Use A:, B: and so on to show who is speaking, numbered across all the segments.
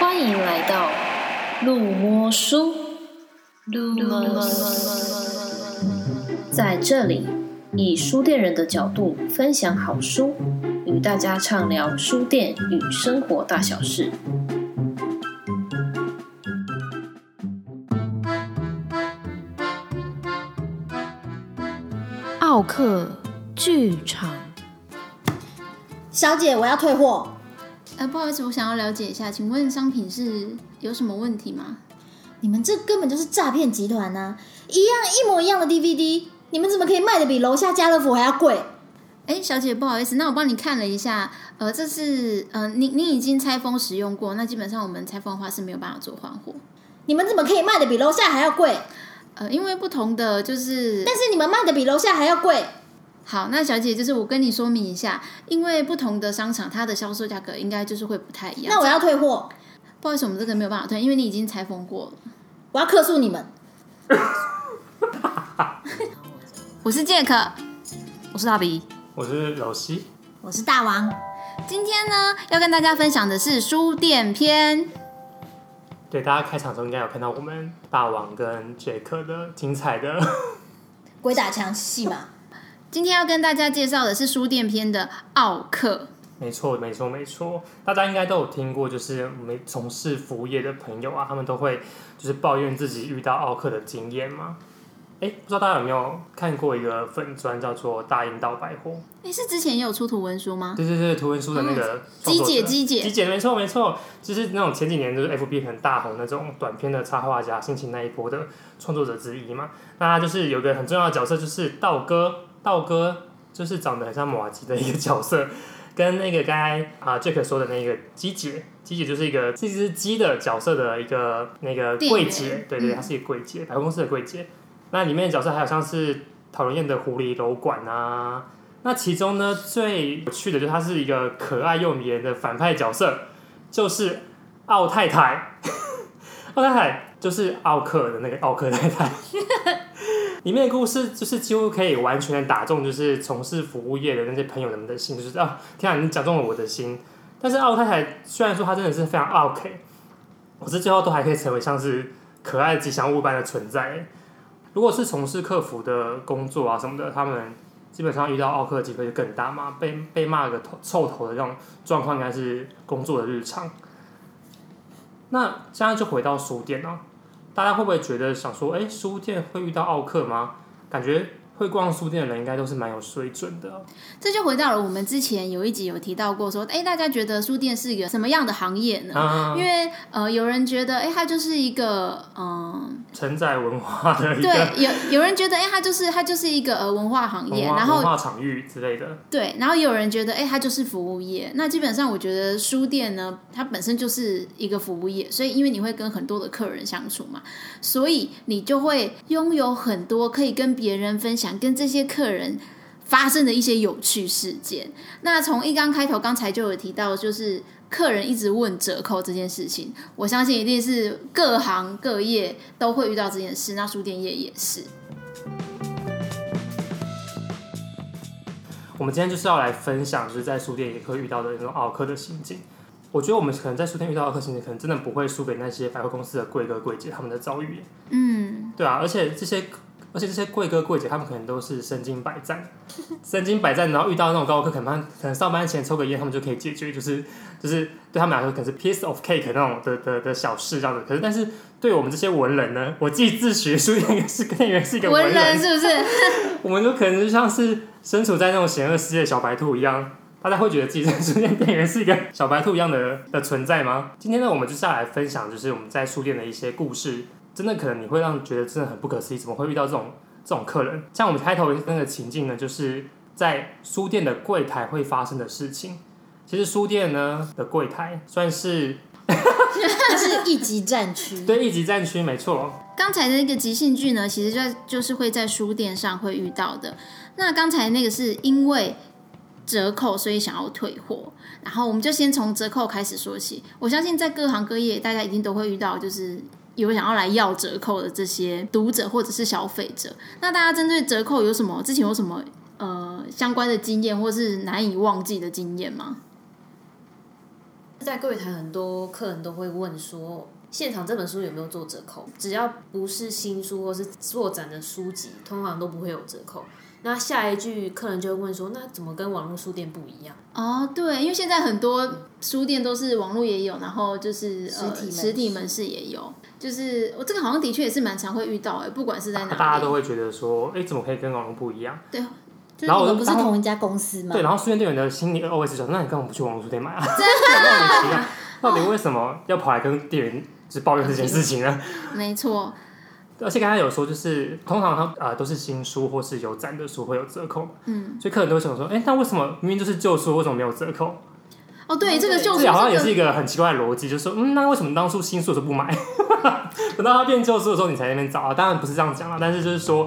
A: 欢迎来到路摸书。在这里，以书店人的角度分享好书，与大家畅聊书店与生活大小事。
B: 奥克剧场，
C: 小姐，我要退货。
D: 呃，不好意思，我想要了解一下，请问商品是有什么问题吗？
C: 你们这根本就是诈骗集团呐、一样一模一样的 DVD，你们怎么可以卖的比楼下家乐福还要贵？
D: 哎，小姐，不好意思，那我帮你看了一下，呃，这是呃，您您已经拆封使用过，那基本上我们拆封的话是没有办法做换货，
C: 你们怎么可以卖的比楼下还要贵？
D: 呃，因为不同的就是
C: 但是你们卖的比楼下还要贵，
D: 好，那小姐就是我跟你说明一下，因为不同的商场它的销售价格应该就是会不太一样。
C: 那我要退货，
D: 不好意思，我们这个没有办法退，因为你已经拆封过了。
C: 我要客诉你们。
D: 我是杰克，
B: 我是大比。
E: 我是老西，
C: 我是大王，
D: 今天呢要跟大家分享的是书店篇。
E: 对大家开场的时候应该有看到我们大王跟杰克的精彩的，
C: 鬼打墙戏嘛。
D: 今天要跟大家介绍的是书店篇的奥克。
E: 没错没错没错，大家应该都有听过，就是我们从事服务业的朋友啊，他们都会就是抱怨自己遇到奥克的经验嘛。哎，不知道大家有没有看过一个粉砖叫做大英道百货？
D: 诶，是之前也有出图文书吗？
E: 对对对，图文书的那个创
D: 嗯鸡
E: 作者
D: 姐，鸡姐
E: 鸡，姐，没错没错，就是那种前几年就是 FB 很大红那种短片的插画家，心情那一波的创作者之一嘛。那他就是有一个很重要的角色，就是道哥，道哥就是长得很像马吉的一个角色，跟那个刚才啊 Jack 说的那个鸡姐，鸡姐就是一个是一只鸡的角色的一个那个
D: 店
E: 柜
D: 员
E: 姐，对
D: 嗯
E: 对，她是一个柜姐，百货公司的柜姐。那里面的角色还有像是讨人厌的狐狸楼管啊。那其中呢，最有趣的就是他是一个可爱又迷人的反派角色，就是奥太太。 奥太太就是奥克的那个奥克太太。里面的故事就是几乎可以完全的打中，就是从事服务业的那些朋友们的心，就是啊，天啊，你讲中了我的心。但是奥太太虽然说她真的是非常 OK，可是最后都还可以成为像是可爱的吉祥物般的存在。如果是从事客服的工作啊什么的，他们基本上遇到奥克的机会就更大嘛，被被骂个头臭头的这种状况，应该是工作的日常。那现在就回到书店啊，大家会不会觉得想说，哎、书店会遇到奥克吗？感觉会逛书店的人应该都是蛮有水准的啊、
D: 这就回到了我们之前有一集有提到过说，诶，大家觉得书店是一个什么样的行业呢？
E: 啊
D: 因为呃，有人觉得，诶，它就是一个，嗯、
E: 承载文化的一个
D: 对，有有人觉得，诶，它就是它就是一个呃文化行业，
E: 文化
D: 然
E: 文
D: 后
E: 化场域之类的。
D: 对，然后也有人觉得，诶，它就是服务业。那基本上我觉得书店呢，它本身就是一个服务业，所以因为你会跟很多的客人相处嘛，所以你就会拥有很多可以跟别人分享，跟这些客人发生的一些有趣事件。那从一刚开头，刚才就有提到，就是客人一直问折扣这件事情，我相信一定是各行各业都会遇到这件事，那书店业也是。
E: 我们今天就是要来分享，就是在书店也会遇到的那种奥克的心境。我觉得我们可能在书店遇到奥克心境，可能真的不会输给那些百货公司的贵哥贵姐他们的遭遇耶。
D: 嗯，
E: 对啊，而且这些，而且这些贵哥贵姐，他们可能都是身经百战， 身经百战，然后遇到那种高科，可能他们可能上班前抽个烟，他们就可以解决，就是就是对他们来说可能是 piece of cake 那种的的的小事这样子。可是，但是对我们这些文人呢，我自己自诩书店是跟员是一个
D: 文
E: 人
D: 人是不是？
E: 我们就可能就像是身处在那种险恶世界的小白兔一样，大家会觉得自己在书店店员是一个小白兔一样的的存在吗？今天呢，我们就是要来分享，就是我们在书店的一些故事，真的可能你会让觉得真的很不可思议，怎么会遇到这种这种客人？像我们开头那个情境呢，就是在书店的柜台会发生的事情。其实书店呢的柜台算是
C: 它是一级战 区，
E: 对一级战区，没错。
D: 刚才的那个即兴剧呢，其实就就是会在书店上会遇到的。那刚才那个是因为折扣，所以想要退货。然后我们就先从折扣开始说起。我相信在各行各业，大家一定都会遇到，就是有想要来要折扣的这些读者或者是消费者。那大家针对折扣有什么之前有什么呃相关的经验，或是难以忘记的经验吗？
F: 在柜台很多客人都会问说，现场这本书有没有做折扣？只要不是新书或是做展的书籍，通常都不会有折扣。那下一句客人就会问说，那怎么跟网络书店不一样？
D: 哦，对，因为现在很多书店都是网络也有，然后就是
C: 实
D: 呃
C: 体门市
D: 实体门市也有，就是哦我这个好像的确也是蛮常会遇到哎、不管是在哪里，
E: 大家都会觉得说，哎、怎么可以跟网络不一样？
D: 对，
C: 就是
E: 然后
C: 你们
E: 我就
C: 不是
E: 当
C: 同一家公司吗
E: 对，？然后书店店员的心里 OS 想，那你干嘛不去网络书店买啊？真 的，到底为什么要跑来跟店员就是抱怨这件事 情呢？
D: 没错，
E: 而且刚才有说，就是通常它呃都是新书或是有展的书会有折扣嘛，
D: 嗯，
E: 所以客人都会想说，哎、那为什么明明就是旧书，为什么没有折扣？
D: 哦，对，这个就
E: 这
D: 是
E: 个好像也
D: 这
E: 是一
D: 个。
E: 个很奇怪的逻辑，就是说，嗯，那为什么当初新书的时候不买， 等到它变旧书的时候你才在那边找啊？当然不是这样讲啦，但是就是说，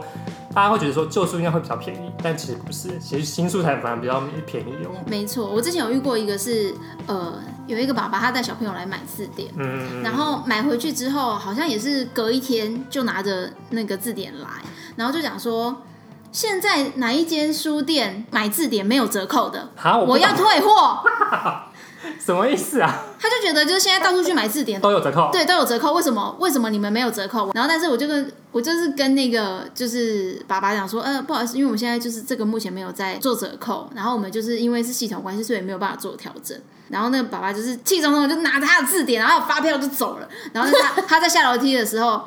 E: 大家会觉得说旧书应该会比较便宜，但其实不是，其实新书才反而比较便宜哦。
D: 没错，我之前有遇过一个是，呃，有一个爸爸他带小朋友来买字典，
E: 嗯，
D: 然后买回去之后，好像也是隔一天就拿着那个字典来，然后就讲说，现在哪一间书店买字典没有折扣的，
E: 好，啊我
D: 我
E: 不
D: 要
E: 懂
D: 退货。
E: 什么意思啊？
D: 他就觉得就是现在到处去买字典，
E: 都有折 扣，
D: 对，都有折扣，为什么？为什么你们没有折扣？然后，但是我就跟我就是跟那个就是爸爸讲说，呃，不好意思，因为我们现在就是这个目前没有在做折扣，然后我们就是因为是系统关系，所以没有办法做调整。然后那个爸爸就是气冲冲地就拿着他的字典，然后发票就走了。然后就是他他在下楼梯的时候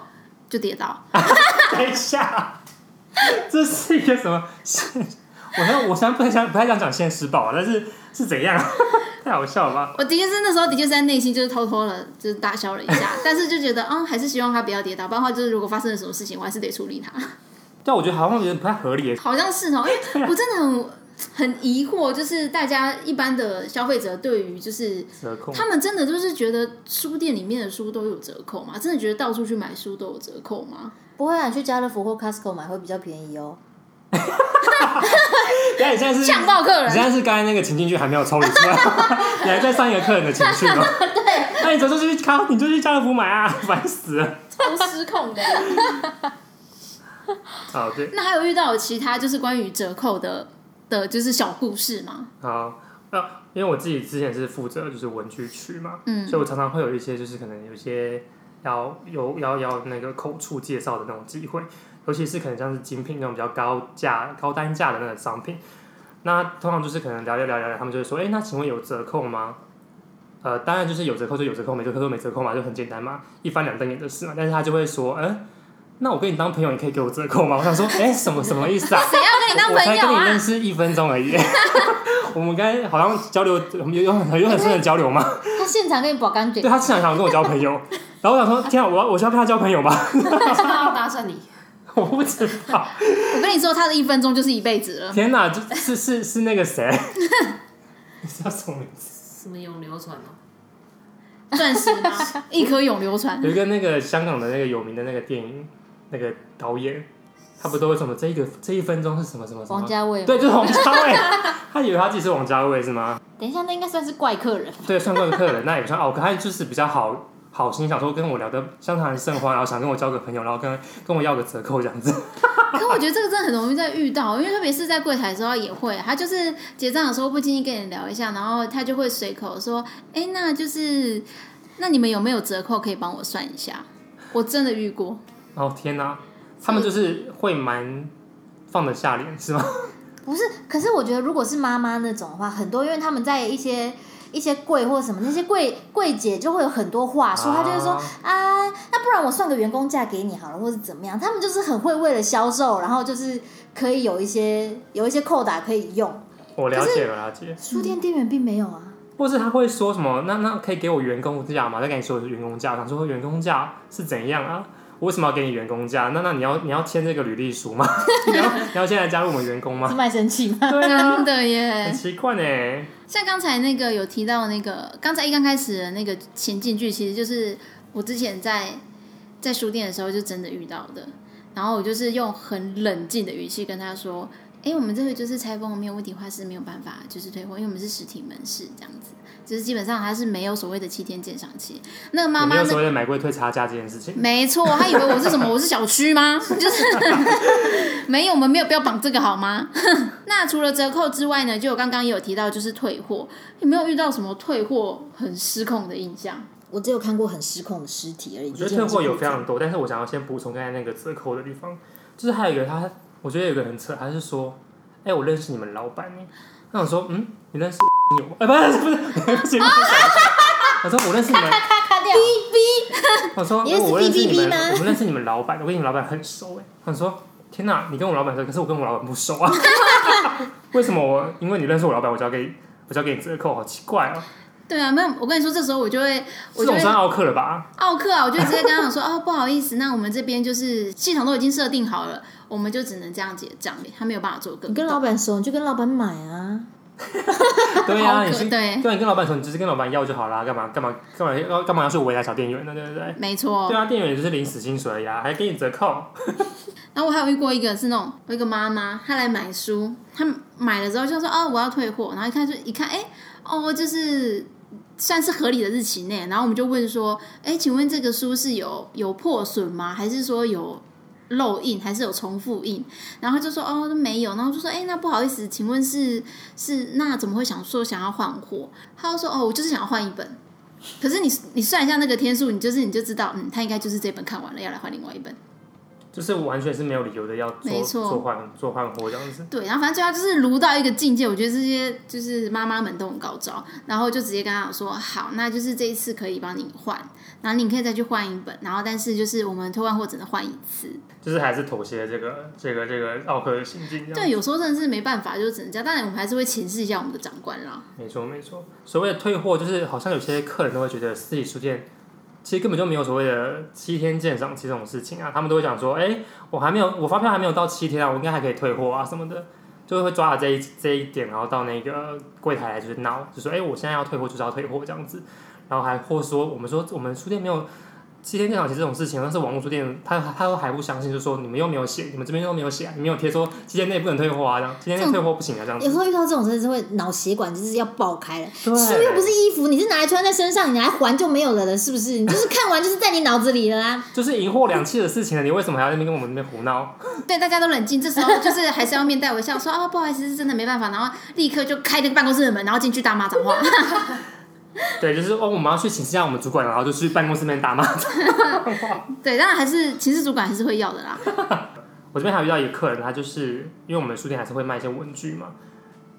D: 就跌倒，
E: 等一下，这是一个什么？ 我想，我想不想不太想讲现实报啊，但是是怎样？ 太好笑了吧？
D: 我的确是那时候的确是在内心就是偷偷的，就是大笑了一下，但是就觉得，嗯，还是希望他不要跌倒，不然的话就是如果发生了什么事情，我还是得处理他。
E: 但我觉得好像有点不太合理耶。
D: 好像是哦，因为我真的很很疑惑，就是大家一般的消费者对于就是
E: 折扣，
D: 他们真的就是觉得书店里面的书都有折扣吗？真的觉得到处去买书都有折扣吗？
C: 不会啊，你去家乐福或 Costco 买会比较便宜哦。
E: 但你现在是
D: 强暴客
E: 嗯你现
D: 人，
E: 在是刚才那个情境剧还没有抽离出 来，你还在上一个客人的情绪吗？对，那你早就去康，你就去家乐福买啊，烦死了。
D: 超失控的。
E: 好，对，
D: 那还有遇到其他就是关于折扣的的，就是小故事 吗？
E: 好，那因为我自己之前是负责就是文具区嘛，
D: 嗯
E: 所以我常常会有一些就是可能有一些要有要要那个口述介绍的那种机会，尤其是可能像是精品那种比较高价高单价的那种商品，那通常就是可能聊聊聊聊聊，他们就会说，哎、那请问有折扣吗？呃，当然就是有折扣就有折扣，没折扣就没折扣嘛，就很简单嘛，一翻两瞪眼的事嘛。但是他就会说，嗯、那我跟你当朋友，你可以给我折扣吗？我想说，哎、什么什么意思啊？
D: 谁要跟你当
E: 我才
D: 朋
E: 跟
D: 友
E: 你认
D: 啊？
E: 识一分钟而已。我们刚才好像交流有有很有很深的交流嘛，
C: 他现场跟你保干净
E: 对，他是想想跟我交朋友，然后我想说，天啊，我要我需要跟他交朋友吗？
F: 他要搭讪你，
E: 我不知道，
D: 我跟你说，他的一分钟就是一辈子了。
E: 天哪，就是是是那个谁，你知道什么名字？
F: 什么永流传哦？
D: 钻石吗？一颗永流传。
E: 有一个那个香港的那个有名的那个电影那个导演，他不都会什么这一个这一分钟是什么什么什
C: 王
E: 么？
C: 家卫，
E: 对，就是王家卫，他以为他自己是王家卫是吗？
C: 等一下，那应该算是怪客人。
E: 对，算怪客人，那也不算傲客，他就是比较好好心，想说跟我聊的相谈甚欢，然后想跟我交个朋友，然后跟跟我要个折扣这样子。
D: 可我觉得这个真的很容易在遇到，因为特别是在柜台的时候也会，他就是结账的时候不经意跟你聊一下，然后他就会随口说：“哎、那就是那你们有没有折扣可以帮我算一下？”我真的遇过，
E: 然后天哪、他们就是会蛮放得下脸是吗？
C: 不是，可是我觉得如果是妈妈那种的话，很多因为他们在一些一些柜或什么那些柜柜姐就会有很多话术，她就会说啊，那不然我算个员工价给你好了，或是怎么样？他们就是很会为了销售，然后就是可以有一些有一些扣打可以用。
E: 我了解了了解，
C: 书店店员并没有啊，
E: 或是他会说什么？那那可以给我员工价吗？再跟你说员工价，我想说员工价是怎样啊？我为什么要给你员工价？那那你要你要签这个履历书吗？ 你要你要现在加入我们员工
C: 是
E: 吗？
C: 卖身契吗？
E: 对啊
D: 真，的
E: 很
D: 耶。
E: 奇怪呢。
D: 像刚才那个有提到那个，刚才一刚开始的那个情境剧，其实就是我之前在在书店的时候就真的遇到的。然后我就是用很冷静的语气跟他说：“哎，我们这回就是拆封后面有问题话是没有办法就是退货，因为我们是实体门市这样子，就是基本上它是没有所谓的七天鉴赏期。那个妈
E: 也没
D: 妈
E: 有
D: 那
E: 所谓的买贵退差价这件事情。
D: 没错，他以为我是什么？我是小区吗？ 就是没有，我们没有标榜这个好吗？ 那除了折扣之外呢，就有刚刚也有提到，就是退货，有没有遇到什么退货很失控的印象？
C: 我只有看过很失控的尸体而已。
E: 我觉得退货有非常多，但是我想要先补充刚才那个折扣的地方，就是还有一个他，我觉得有一个很扯，他是说，哎、我认识你们老板耶，那我说，嗯，你认识有 吗？哎、不是不是，对不起，对不起我说我认识你们，
C: 卡掉，
E: 我说哦
C: 你认识
E: 我认识你
C: BBB
E: 们
C: 吗，
E: 我们认识你们老板，我跟你们老板很熟哎，他说，天哪，你跟我老板熟，可是我跟我老板不熟啊， 为什么我？因为你认识我老板，我就要给你，我就要给你折扣，好奇怪哦，
D: 对啊，没有，我跟你说，这时候我就会，我
E: 这
D: 就
E: 种
D: 会
E: 算奥克 了吧？
D: 奥克啊，我就直接跟他讲说， 哦，不好意思，那我们这边就是系统都已经设定好了，我们就只能这样结账，他没有办法做更
C: 你跟老板熟，你就跟老板买啊。
E: 对呀、
D: 好
E: 你
D: 可
E: 是
D: 对
E: 对啊，你跟老板说，你直接跟老板要就好啦，干嘛干嘛干嘛要干嘛要去为难小店员呢？对不对？
D: 没错
E: 对，啊，店员也就是领死薪水啊呀、还给你折扣。
D: 然后我还有遇过一个是那种有一个妈妈，她来买书，她买了之后就说哦我要退货，然后一看就一看，哎、哦就是算是合理的日期内，然后我们就问说，哎、请问这个书是有有破损吗？还是说有漏印，还是有重复印？然后她就说哦都没有，然后就说哎、那不好意思，请问是是那怎么会想说想要换货？她就说哦我就是想要换一本。可是你你算一下那个天数，你就是你就知道，嗯，他应该就是这本看完了，要来换另外一本。
E: 就是完全是没有理由的要做
D: 没错
E: 做换做换货这样子，
D: 对，然后反正最后就是撸到一个境界，我觉得这些就是妈妈们都很高招，然后就直接跟他讲说，好，那就是这一次可以帮你换，然后你可以再去换一本，然后但是就是我们退换货只能换一次，
E: 就是还是妥协这个这个这个奥克的行径这样。
D: 对，，有时候真的是没办法，就只能这样，当然我们还是会请示一下我们的长官啦，
E: 没错没错。所谓的退货，就是好像有些客人都会觉得实体书店其实根本就没有所谓的七天鉴赏期这种事情啊，他们都会讲说，哎、我还没有我发票还没有到七天啊，我应该还可以退货啊什么的，就会抓了这一这一点，然后到那个柜台来就是闹，就说，哎、我现在要退货就是要退货这样子，然后还或说我们说我们书店没有。七天鉴赏期这种事情，但是网络书店他他都还不相信，就说你们又没有写，你们这边又没有写啊，你们有贴说七天内不能退货啊，这样七天内退货不行啊，这样
C: 有
E: 子
C: 时。候遇到这种真的是会脑血管就是要爆开了。
E: 对
C: 书又不是衣服，你是拿来穿在身上，你拿来还就没有了了，是不是？你就是看完就是在你脑子里了啊啦。
E: 就是一货两讫的事情了，你为什么还要在那边跟我们那边胡闹？
D: 对，大家都冷静，这时候就是还是要面带微笑，说哦不好意思，是真的没办法，然后立刻就开那个办公室的门，然后进去大骂脏话，
E: 对，就是哦，我们要去请示一下我们主管，然后就去办公室那边打骂。
D: 对，当然还是请示主管还是会要的啦，
E: 我这边还有遇到一个客人，他就是因为我们书店还是会卖一些文具嘛，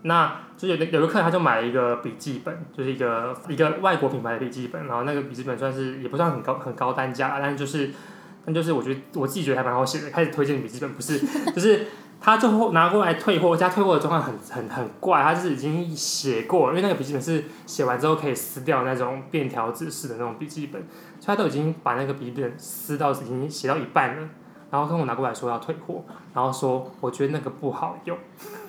E: 那就有的有个客人他就买了一个笔记本，就是一个一个外国品牌的笔记本，然后那个笔记本算是也不算很高很高单价，但是就是但就是我觉得我自己觉得还蛮好写的，开始推荐笔记本不是，就是他最后拿过来退货，而且他退货的状况很很很怪，他就是已经写过了，因为那个笔记本是写完之后可以撕掉那种便条纸式的那种笔记本，所以他都已经把那个笔记本撕到已经写到一半了。然后跟我拿过来说要退货，然后说我觉得那个不好 用。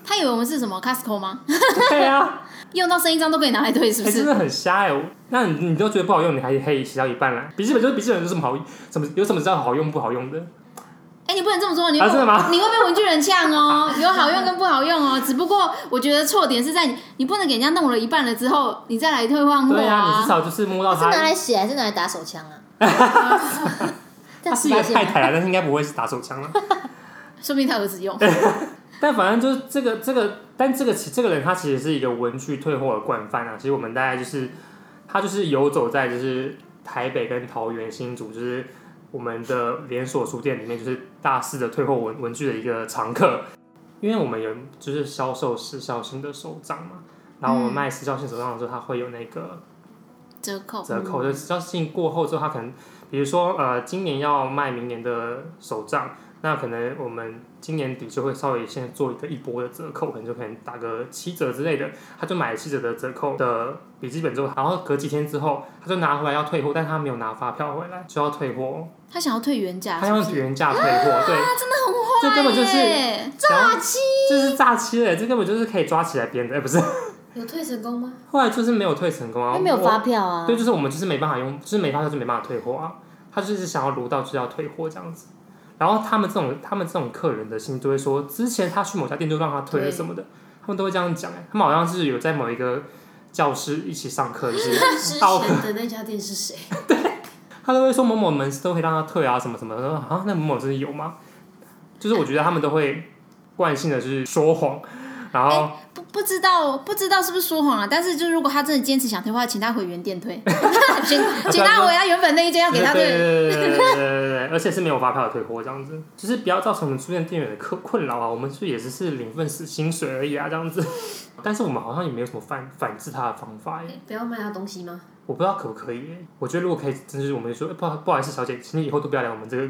D: 他以为我们是什么 Costco 吗？
E: 对啊，
D: 用到剩一张都可以拿来退，是
E: 哎、
D: 不是
E: 真？的很瞎哎、那你你都觉得不好用，你还可以写到一半啦。笔记本就是笔记本，有什么好什么有什么知道好用不好用的？
D: 哎、你不能这么说，你会、
E: 啊真的吗
D: 你会被文具人呛哦，有好用跟不好用哦。只不过我觉得错点是在你，你不能给人家弄了一半了之后，你再来退换货
E: 对啊，你至少就是摸到
C: 是拿
E: 它，
C: 来写还是拿来打手枪 啊？这
E: 它
C: 样子
E: 是一个
C: 发
E: 太
C: 现吗
E: 太啦，啊但是应该不会是打手枪了。啊
D: 说不定他儿子用。
E: 但反正就是这个这个，但这个其这个人他其实是一个文具退货的惯犯啊。其实我们大概就是他就是游走在就是台北跟桃园新竹，就是我们的连锁书店里面，就是大肆的退货文文具的一个常客。因为我们有就是销售时效性的手账嘛，然后我们
D: 嗯
E: 卖时效性手账的时候，它会有那个
D: 折扣，
E: 折扣，就时效性过后之后，它可能比如说呃，今年要卖明年的手账，那可能我们今年底就会稍微先做一个一波的折扣，可能就可能打个七折之类的，他就买了七折的折扣的笔记本之后，然后隔几天之后，他就拿回来要退货，但他没有拿发票回来，就要退货，
D: 他想要退原价，
E: 他
D: 是不
E: 用
D: 是
E: 原价退货，对，嗯啊真的很坏，这欸根本就是
D: 耶
E: 诈欺，这是诈欺了，这根本就是可以抓起来编的，哎不是，
F: 有退成功吗？
E: 后来就是没有退成功
C: 因
E: 啊，
C: 为没有
E: 我
C: 发票啊
E: 对，。就是我们就是没办法用，就是没发票就没办法退货啊。他就是想要撸到就是要退货这样子，然后他们这种他们这种客人的心都会说，之前他去某家店就让他退了
F: 对
E: 什么的，他们都会这样讲、哎，他们好像是有在某一个教室一起上课，就是
F: 之
E: 到
F: 前的那家店是谁？
E: 他都会说某某门市都会让他退啊，什么什么的。然后啊，那某某真的有吗？就是我觉得他们都会惯性的就是说谎，然后
D: 不不知道不知道是不是说谎啊了，但是就如果他真的坚持想退的话，请他回原店 退，请请他回他原本那一间要给他
E: 对
D: 退。
E: 对对对对对对对，而且是没有发票的退货这样子，就是不要造成我们出店店员的困困扰啊。我们是也只是领份死薪水而已啊，这样子。但是我们好像也没有什么反反制他的方法耶，
F: 不要卖他东西吗？
E: 我不知道可不可以耶。我觉得如果可以，真是我们就说、哎不好不好意思，小姐，请你以后都不要来我们这个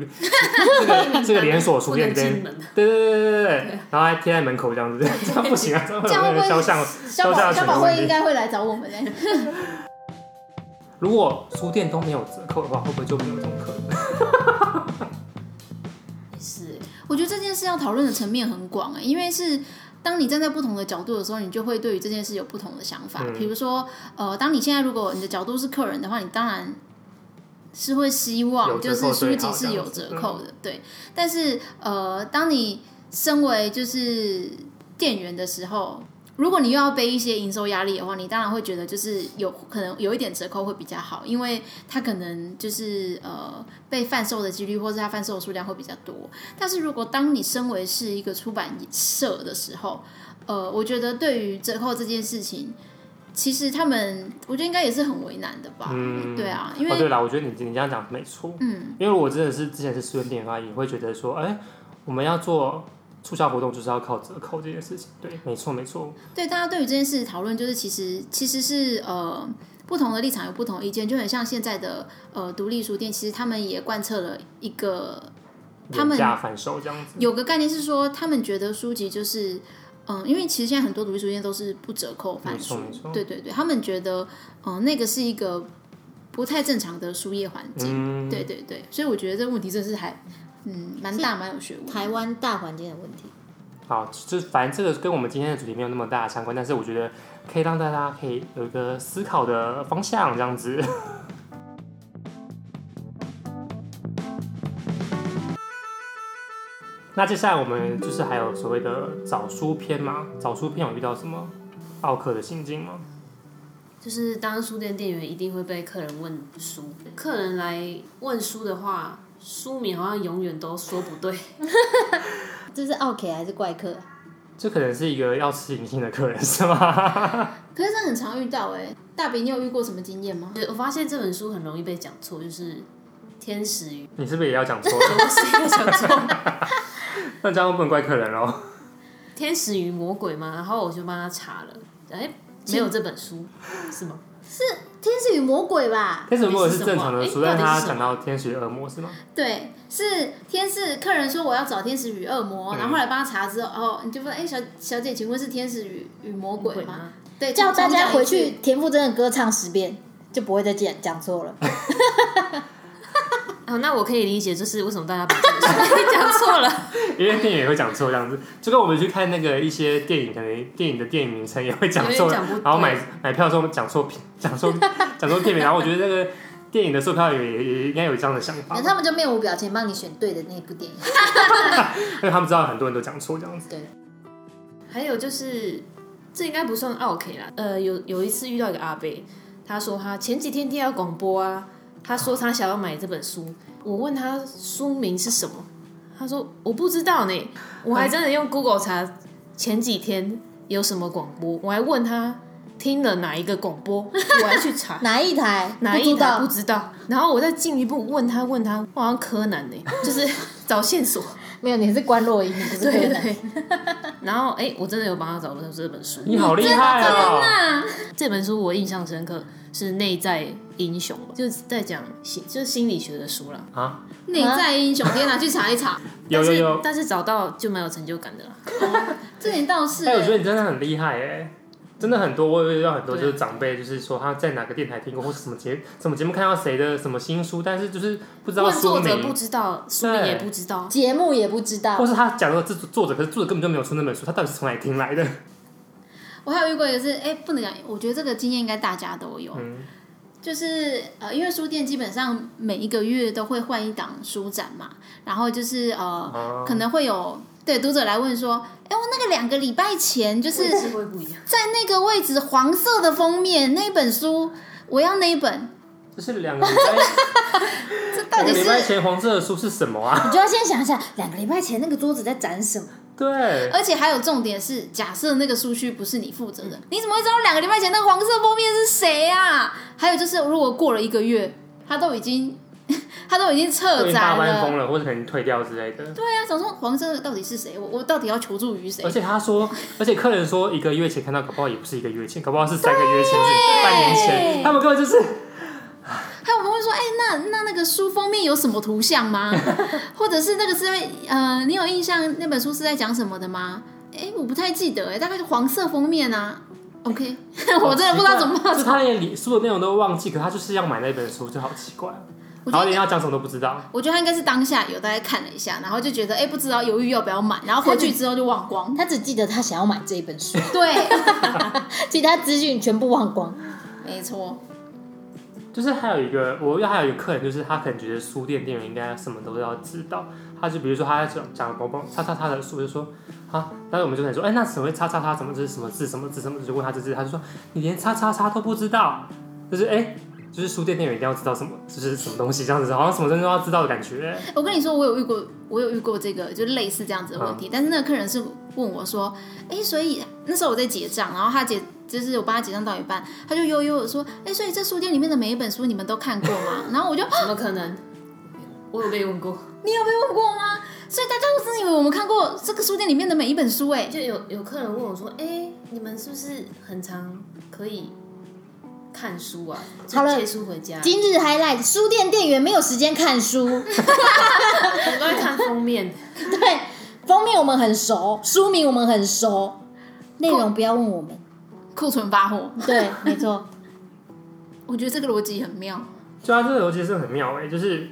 E: 这个这个连锁书
F: 不
E: 店
F: 能
E: 这边
F: 进门。
E: 对对对对对对，然后还贴在门口这样子，这样不行啊，这样会
D: 这样会不
E: 有那个
D: 会
E: 肖像。
D: 消
E: 消
D: 保
E: 下
D: 消
E: 水的
D: 保
E: 问
D: 会
E: 题
D: 应该会来找我们的、
E: 如果书店都没有折扣的话，会不会就没有这种可能？
F: 也是欸，
D: 我觉得这件事要讨论的层面很广哎、因为是当你站在不同的角度的时候，你就会对于这件事有不同的想法。
E: 嗯
D: 比如说，呃，当你现在如果你的角度是客人的话，你当然是会希
E: 有
D: 望就
E: 折扣
D: 是书
E: 最
D: 籍
E: 好这
D: 是
E: 样
D: 有
E: 子嗯
D: 折扣的，对。但是呃，当你身为就是店员的时候。如果你又要背一些营收压力的话，你当然会觉得就是有可能有一点折扣会比较好，因为它可能就是呃被贩售的几率，或是它贩售的数量会比较多。但是如果当你身为是一个出版社的时候，呃，我觉得对于折扣这件事情，其实他们我觉得应该也是很为难的吧。
E: 嗯
D: 对啊，因
E: 哦，
D: 为、
E: 对了，我觉得你你这样讲没错，
D: 嗯，
E: 因为我真的是之前是书店店员的话，也会觉得说，哎，我们要做促销活动就是要靠折扣这件事情。对，没错没错，
D: 对大家对于这件事讨论，就是其实其实是呃不同的立场有不同的意见，就很像现在的呃独立书店，其实他们也贯彻了一个他们
E: 廉价反售这样子。
D: 有个概念是说，他们觉得书籍就是，嗯，因为其实现在很多独立书店都是不折扣贩书
E: 没错没错，
D: 对对对，他们觉得，嗯，那个是一个不太正常的书业环境，
E: 嗯，
D: 对对对，所以我觉得这个问题真是还，嗯，蛮大蛮有学问。
C: 台湾大环境的问题，
E: 好，就反正这个跟我们今天的主题没有那么大的相关，但是我觉得可以让大家可以有一个思考的方向，这样子。 那接下来我们就是还有所谓的找书篇嘛？找书篇有遇到什么奥克的心境吗？
F: 就是当书店店员一定会被客人问书，客人来问书的话，书名好像永远都说不对。
C: 这是奥 K 还是怪客啊？
E: 这可能是一个要吃银杏的客人是吗？
D: 可是这很常遇到哎、大饼，你有遇过什么经验吗？
F: 我发现这本书很容易被讲错，就是《天使与
E: 你是不是也要讲错了？
F: 我是也讲错，《
E: 那这样不能怪客人哦 喽。
F: 天使与魔鬼》嘛，然后我就帮他查了，哎，没有这本书是吗？
C: 天使与魔鬼吧？
E: 天使如果是正常的书，
F: 到
E: 但
F: 底是什么
E: 他
F: 诶
E: 讲到天使与恶魔是吗？
D: 对，是天使客人说我要找天使与恶魔，
E: 嗯
D: 然后后来帮他查之后，哦，你就问，哎、小小姐，请问是天使与与魔鬼
F: 鬼
D: 吗？
F: 吗？
D: 对，
C: 叫大
D: 重
C: 家
D: 讲一
C: 回
D: 次
C: 去田馥甄的歌唱十遍，就不会再讲讲错了。
F: 哦，那我可以理解，就是为什么大家把这本书 讲错了。
E: 因为电影也会讲错这样子，就跟我们去看那个一些电影，可能电影的电影名称也会讲
F: 有
E: 错，
F: 点讲不对
E: 然后买买票的时候讲错片，讲错讲错片名，然后我觉得那个电影的售票员也也也应该有这样的想法
C: 然后，嗯他们就面无表情帮你选对的那部 电影。
E: 因为他们知道很多人都讲错这样子。
F: 还有就是，这应该不算 OK 啦。呃，有有一次遇到一个阿伯，他说他前几天听到广播啊，他说他想要买这本书，我问他书名是什么，他说我不知道呢，我还真的用 Google 查前几天有什么广播，我还问他听了哪一个广播，我还去 查
C: 哪一台？
F: 哪
C: 不
F: 一
C: 知
F: 台
C: 道
F: 不知道，然后我再进一步问他问他，我好像柯南呢、就是找线索。
C: 没有，你是关若英，你不是
F: 对
C: 柯南。
F: 对。然后哎、我真的有帮他找到这本书。
E: 你好厉害哦！
D: 啊
F: 这本书我印象深刻，是《内在英雄》，就是在讲心，就是心理学的书啦。
E: 啊，
D: 内在英雄，天哪，去查一查，
E: 有有有，
F: 但是找到就蛮有成就感的啦。
D: 这点倒是、欸
E: 哎、我觉得你真的很厉害哎、真的很多，我也遇到很多
F: 对啊
E: 就是长辈，就是说他在哪个电台听过，或是什么节什么节目看到谁的什么新书，但是就是不知道
F: 问
E: 书
F: 作者不
E: 名，
F: 知道，书名也不知道，
C: 节目也不知道
E: 或，是他讲的这作者，可是作者根本就没有出那本书，他到底是从哪里听来的？
D: 欸我还有遇过一个是，哎、不能讲，我觉得这个经验应该大家都有。
E: 嗯
D: 就是呃，因为书店基本上每一个月都会换一档书展嘛，然后就是呃，
E: 啊
D: 可能会有对读者来问说，哎，我那个两个礼拜前就是
F: 位置会不一样。
D: 在那个位置黄色的封面那本书，我要那一本，
E: 就是两个礼拜，
D: 这到底
E: 两个礼拜
D: 是？
E: 前黄色的书是什么啊？
C: 你就要先想一下，两个礼拜前那个桌子在展什么？
E: 对，
D: 而且还有重点是，假设那个书区不是你负责的，你怎么会知道两个礼拜前那个黄色封面是谁啊？还有就是，如果过了一个月，他都已经 他都已经撤
E: 被
D: 展
E: 大
D: 了
E: 班，疯了，或者可能退掉之类的。
D: 对啊，想说黄色的到底是谁？我我到底要求助于谁
E: 而？且他说，而且客人说一个月前看到，搞不好也不是一个月前，搞不好是三个月前，是半年前，他们根本就是
D: 还有我们会说，哎、那那那个书封面有什么图像 吗？或者是那个是在呃，你有印象那本书是在讲什么的吗？哎、我不太记得、哎，大概是黄色封面啊。OK，我真的不知道怎么
E: 好奇
D: 办
E: 怪就。他连里书的内容都忘记，可他就是要买那本书，就好奇怪。
D: 我
E: 然
D: 觉
E: 后
D: 得
E: 连要讲什么都不知道，
D: 我觉得他应该是当下有大概看了一下，然后就觉得哎、不知道犹豫要不要买，然后回去之后就忘光。
C: 他只记得他想要买这一本书，
D: 对，
C: 其他资讯全部忘光。
D: 没错，
E: 就是还有一个，我又还有一个客人，就是他可能觉得书店店员应该什么都要知道，他就比如说他讲讲某某叉叉叉的书，就说啊，但是我们就很说，哎、那什么叉叉叉什么这是什么字什么字什么字，就问他这字，他就说你连叉叉叉都不知道，就是哎、就是书店店员一定要知道什么，就是什么东西这样子，好像什么东西都要知道的感觉。
D: 我跟你说，我有遇过，我有遇过这个，就类似这样子的问题。但是那个客人是问我说：“哎、所以那时候我在结账，然后他结就是我帮他结账到一半，他就悠悠的说：‘哎、所以这书店里面的每一本书你们都看过吗？’然后我就
F: 怎么可能？我有被问过，：‘
D: 你有被问过吗？’所以大家都真的以为我们看过这个书店里面的每一本书、哎，
F: 就有有客人问我说：“哎、你们是不是很常可以看书啊？就
C: 好了
F: 借书回家，
C: 今日 highlight，书店店员没有时间看书。
F: 我们都在看封面。
C: 对，封面我们很熟，书名我们很熟，内容不要问我们。
D: 库存发货。
C: 对，没 错，
D: 我觉得这个逻辑很妙。
E: 就它这个逻辑是很妙哎、就是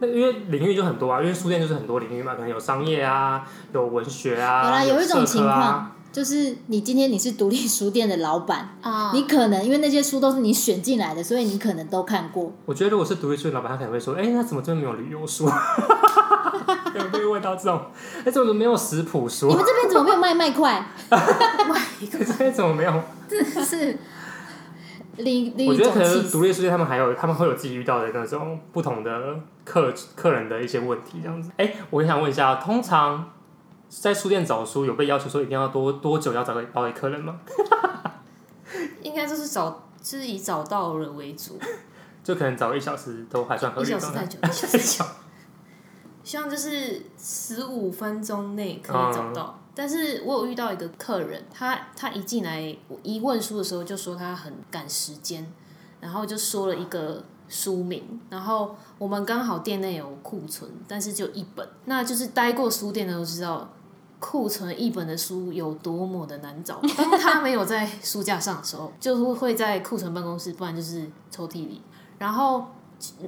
E: 那因为领域就很多啊，因为书店就是很多领域嘛，可能有商业啊，有文学啊，
C: 有啦有一种
E: 社科
C: 情
E: 啊，
C: 况就是你今天你是独立书店的老板，
D: 啊、
C: 你可能因为那些书都是你选进来的，所以你可能都看过。
E: 我觉得如果是独立书店老板，他可能会说，哎、那怎么这边没有旅游书？ 有被问到这种，哎、怎么没有食谱书
C: 你？们这边怎么没有卖麦 块？
E: 这怎么没有？
D: 是
C: 另另
E: 我
C: 一
E: 觉得
C: 种
E: 可能
C: 气
E: 独
C: 势。
E: 立书店他们还有他们会有自己遇到的那种不同的客客人的一些问题这样子。哎、我也想问一下，通常在书店找书有被要求说一定要多多久要找给找给客人吗？
F: 应该就是找，就是以找到人为主，
E: 就可能找一小时都还算啊合
F: 一
E: 理
F: 小
E: 吧。
F: 时太久，一小 时太久。希望就是十五分钟内可以找到。但是我有遇到一个客人，他他一进来，我一问书的时候就说他很赶时间，然后就说了一个书名，然后我们刚好店内有库存，但是就一本，那就是待过书店的都知道。库存一本的书有多么的难找，当他没有在书架上的时候，就是会在库存办公室，不然就是抽屉里。然后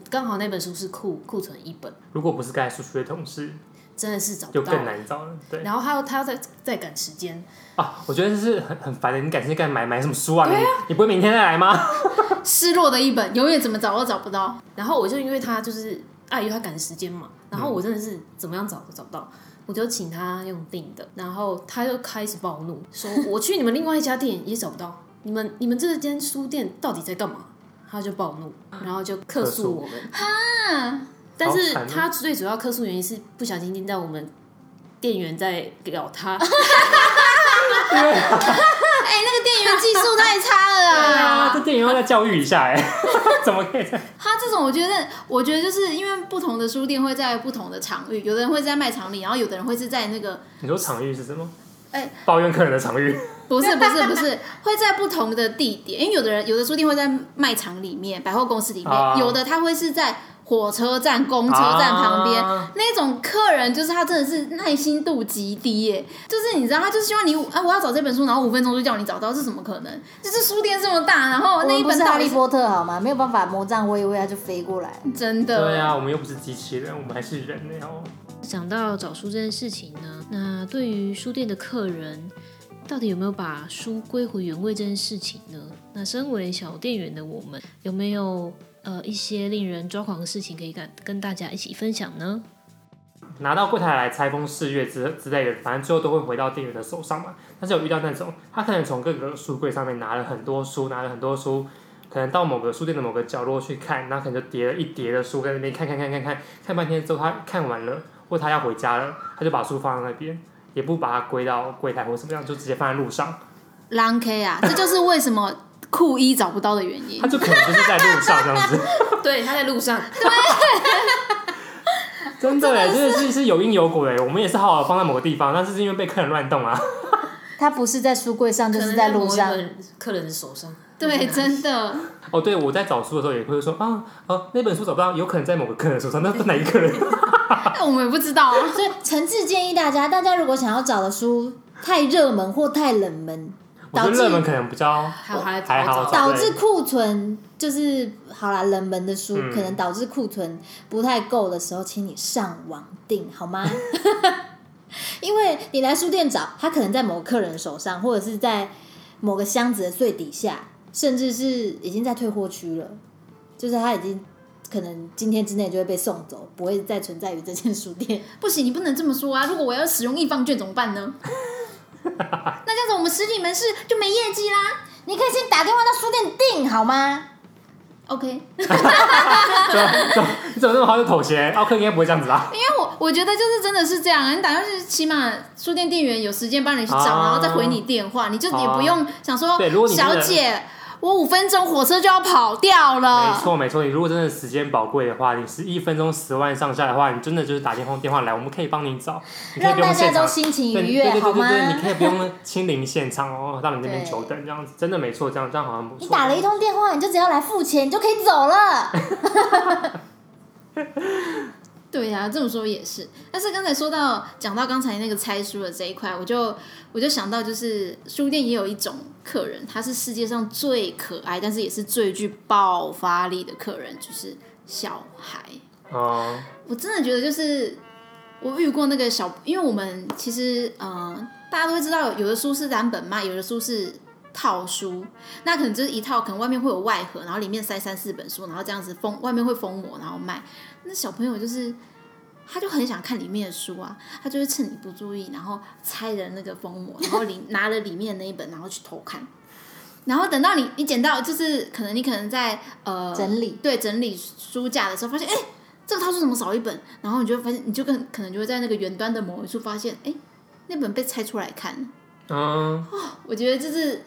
F: 刚好那本书是库库存一本，
E: 如果不是刚才叔叔的同事，
F: 真的是找不
E: 就
F: 到，
E: 更难找了。对
F: 然后他又他又在在赶时间，
E: 啊，我觉得这是很很烦的。你赶时间干嘛买买什么书啊？你你不会明天再来吗？
D: 失落的一本，永远怎么找都找不到。
F: 然后我就因为他就是碍于他赶时间嘛，然后我真的是怎么样找都找不到，我就请他用订的，然后他就开始暴怒，说我去你们另外一家店也找不到， 你们你们这间书店到底在干嘛？他就暴怒，然后就客
E: 客诉
F: 诉我们但
E: 好
F: 是
E: 惨哦
F: 他最主要客诉原因是不小心听到我们店员在聊他，
D: 哎、那个店员技术太差了啊！
E: 啊，这电影要再教育一下哎、怎么可以这样？
D: 他这种，我觉得，我觉得就是因为不同的书店会在不同的场域，有的人会在卖场里，然后有的人会是在那个，
E: 你说场域是什么？
D: 哎
E: 抱怨客人的场域，
D: 不是不是不是，会在不同的地点，因为有的人有的书店会在卖场里面、百货公司里面，
E: 啊
D: 有的他会是在火车站、公车站旁边。
E: 啊
D: 那种客人就是他真的是耐心度极低耶，就是你知道他就是希望你啊我要找这本书，然后五分钟就叫你找到，这怎么可能？就是书店这么大，然后
C: 我
D: 哦那
C: 们
D: 一
C: 不
D: 本
C: 是哈
D: 到底
C: 利波特好吗？没有办法魔杖挥一挥，它就飞过来。
D: 真的
E: 对啊，我们又不是机器人，我们还是人哎、哦。
G: 讲到找书这件事情呢，那对于书店的客人，
B: 到底有没有把书归回原位这件事情呢？那身为小店员的我们，有没有呃一些令人抓狂的事情可以跟跟大家一起分享呢？
E: 拿到柜台来拆封试阅之之类的，反正最后都会回到店员的手上嘛。但是有遇到那种，他可能从各个书柜上面拿了很多书，拿了很多书，可能到某个书店的某个角落去看，然后可能就叠了一叠的书在那边看看看看看，看半天之后他看完了，或他要回家了，他就把书放在那边，也不把它归到柜台或什么样，就直接放在路上。
D: 狼 K 啊，这就是为什么酷一找不到的原因
E: 他。就可能就是在路上这样子，
F: 对，他在路上，
E: 真的哎，真的是是有因有果哎。我们也是好好放在某个地方，但是因为被客人乱动啊。
C: 他不是在书柜上，就
F: 可
C: 是
F: 能
C: 在
F: 某
C: 路
F: 一
C: 上。
F: 个客人的手上。
D: 对，真的。
E: 哦，对，我在找书的时候也会说啊，哦，那本书找不到，有可能在某个客人手上，那是哪一 个人？
D: 那我们也不知道啊。
C: 所以诚挚建议大家，大家如果想要找的书太热门或太冷门，
E: 我觉
C: 导
E: 得
C: 致
E: 热门可能比较
F: 还还
E: 哦还好
F: 找
C: 导
E: 对
C: 致库存就是好啦，冷门的书、
E: 嗯
C: 可能导致库存不太够的时候，请你上网订好吗？ 因为你来书店找，他可能在某个客人手上，或者是在某个箱子的最底下，甚至是已经在退货区了，就是他已经可能今天之内就会被送走，不会再存在于这间书店。
D: 不行，你不能这么说啊！如果我要使用易放券怎么办呢？那这样子我们实体门市就没业绩啦。
C: 你可以先打电话到书店订好吗？
D: OK，因
E: 你怎么那么好就妥协？奥克应该不会这样子 啦。
D: 为我我觉得就是真的是这样啊，你打电话去，起码书店店员有时间帮你去找，
E: 啊
D: 然后再回你电话，你就也不用想说，
E: 对如果你真
D: 小
E: 的
D: 姐，我五分钟火车就要跑掉了，
C: 哦
E: 没错没错，你如果真的时间宝贵的话，你是一分钟十万上下的话，你真的就是打电话电话来，我们可以帮你找，你可以
C: 让
E: 不用
C: 大家
E: 现
C: 都
E: 场。
C: 心情
E: 对
C: 愉
E: 对
C: 悦
E: 对
C: 好
E: 对
C: 吗？
E: 对，你可以不用亲临现场哦，到你那边
C: 对
E: 久等这样子，真的没错，这样这样好像不错。
C: 你打了一通电话，你就只要来付钱，你就可以走了。
D: 对呀、这么说也是。但是刚才说到讲到刚才那个猜书的这一块，我就我就想到，就是书店也有一种客人，他是世界上最可爱，但是也是最具爆发力的客人，就是小孩。
E: 哦，
D: 我真的觉得就是我遇过那个小，因为我们其实嗯、呃大家都会知道，有的书是单本卖，有的书是套书，那可能就是一套，可能外面会有外盒，然后里面塞三四本书，然后这样子封，外面会封膜，然后卖。那小朋友就是。他就很想看里面的书啊，他就会趁你不注意，然后拆了那个封膜，然后里 拿了里面那一本，然后去偷看，然后等到你你捡到，就是可能你可能在呃
C: 整理
D: 对整理书架的时候，发现哎、诶这个套书怎么少一本？然后你就会发现，你就更可能就会在那个远端的某一处发现，哎，那本被拆出来看了。哦
E: 嗯，
D: 我觉得这是，